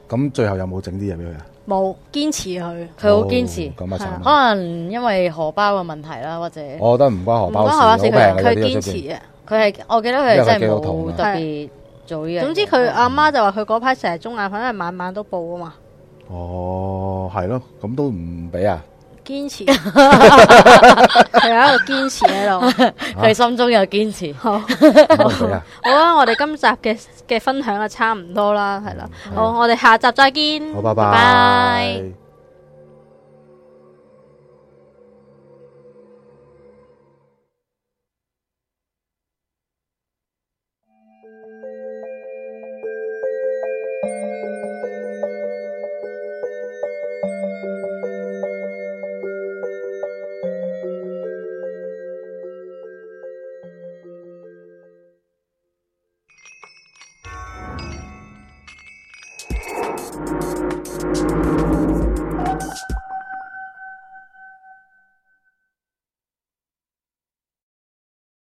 Speaker 3: 咁最後有冇整啲嘢俾佢啊？
Speaker 1: 冇堅持佢，
Speaker 2: 佢好堅持
Speaker 3: 哦，咁啊慘啦
Speaker 1: 係
Speaker 2: 可能因為荷包嘅問題啦，或者佢
Speaker 3: 我覺得唔關荷包
Speaker 1: 唔關荷
Speaker 3: 事，
Speaker 1: 包
Speaker 3: 好
Speaker 1: 事
Speaker 3: 平
Speaker 1: 佢
Speaker 3: 嘅
Speaker 1: 佢
Speaker 3: 呢個
Speaker 1: 堅
Speaker 3: 出邊
Speaker 1: 持啊。
Speaker 2: 係我記得佢
Speaker 3: 因為佢
Speaker 2: 係真
Speaker 3: 基
Speaker 2: 係
Speaker 3: 督
Speaker 2: 冇
Speaker 3: 徒啊嘛
Speaker 2: 特別做呢樣嘢。啊
Speaker 1: 總之佢
Speaker 3: 啊
Speaker 1: 阿媽就話佢嗰排成日中眼瞓，因為晚晚都報啊 嘛，
Speaker 3: 哦，係咯，咁都唔俾 啊！
Speaker 1: 堅持佢有一個堅持 喺度。
Speaker 2: 佢心中有堅持，
Speaker 1: 好，
Speaker 3: 咁都唔俾啊！
Speaker 1: 好啊！我哋今集嘅嘅分享啊，差唔多啦，係啦。
Speaker 3: 嗯
Speaker 1: 好，我哋下集再見。
Speaker 3: 好，拜
Speaker 1: 拜拜
Speaker 3: 拜。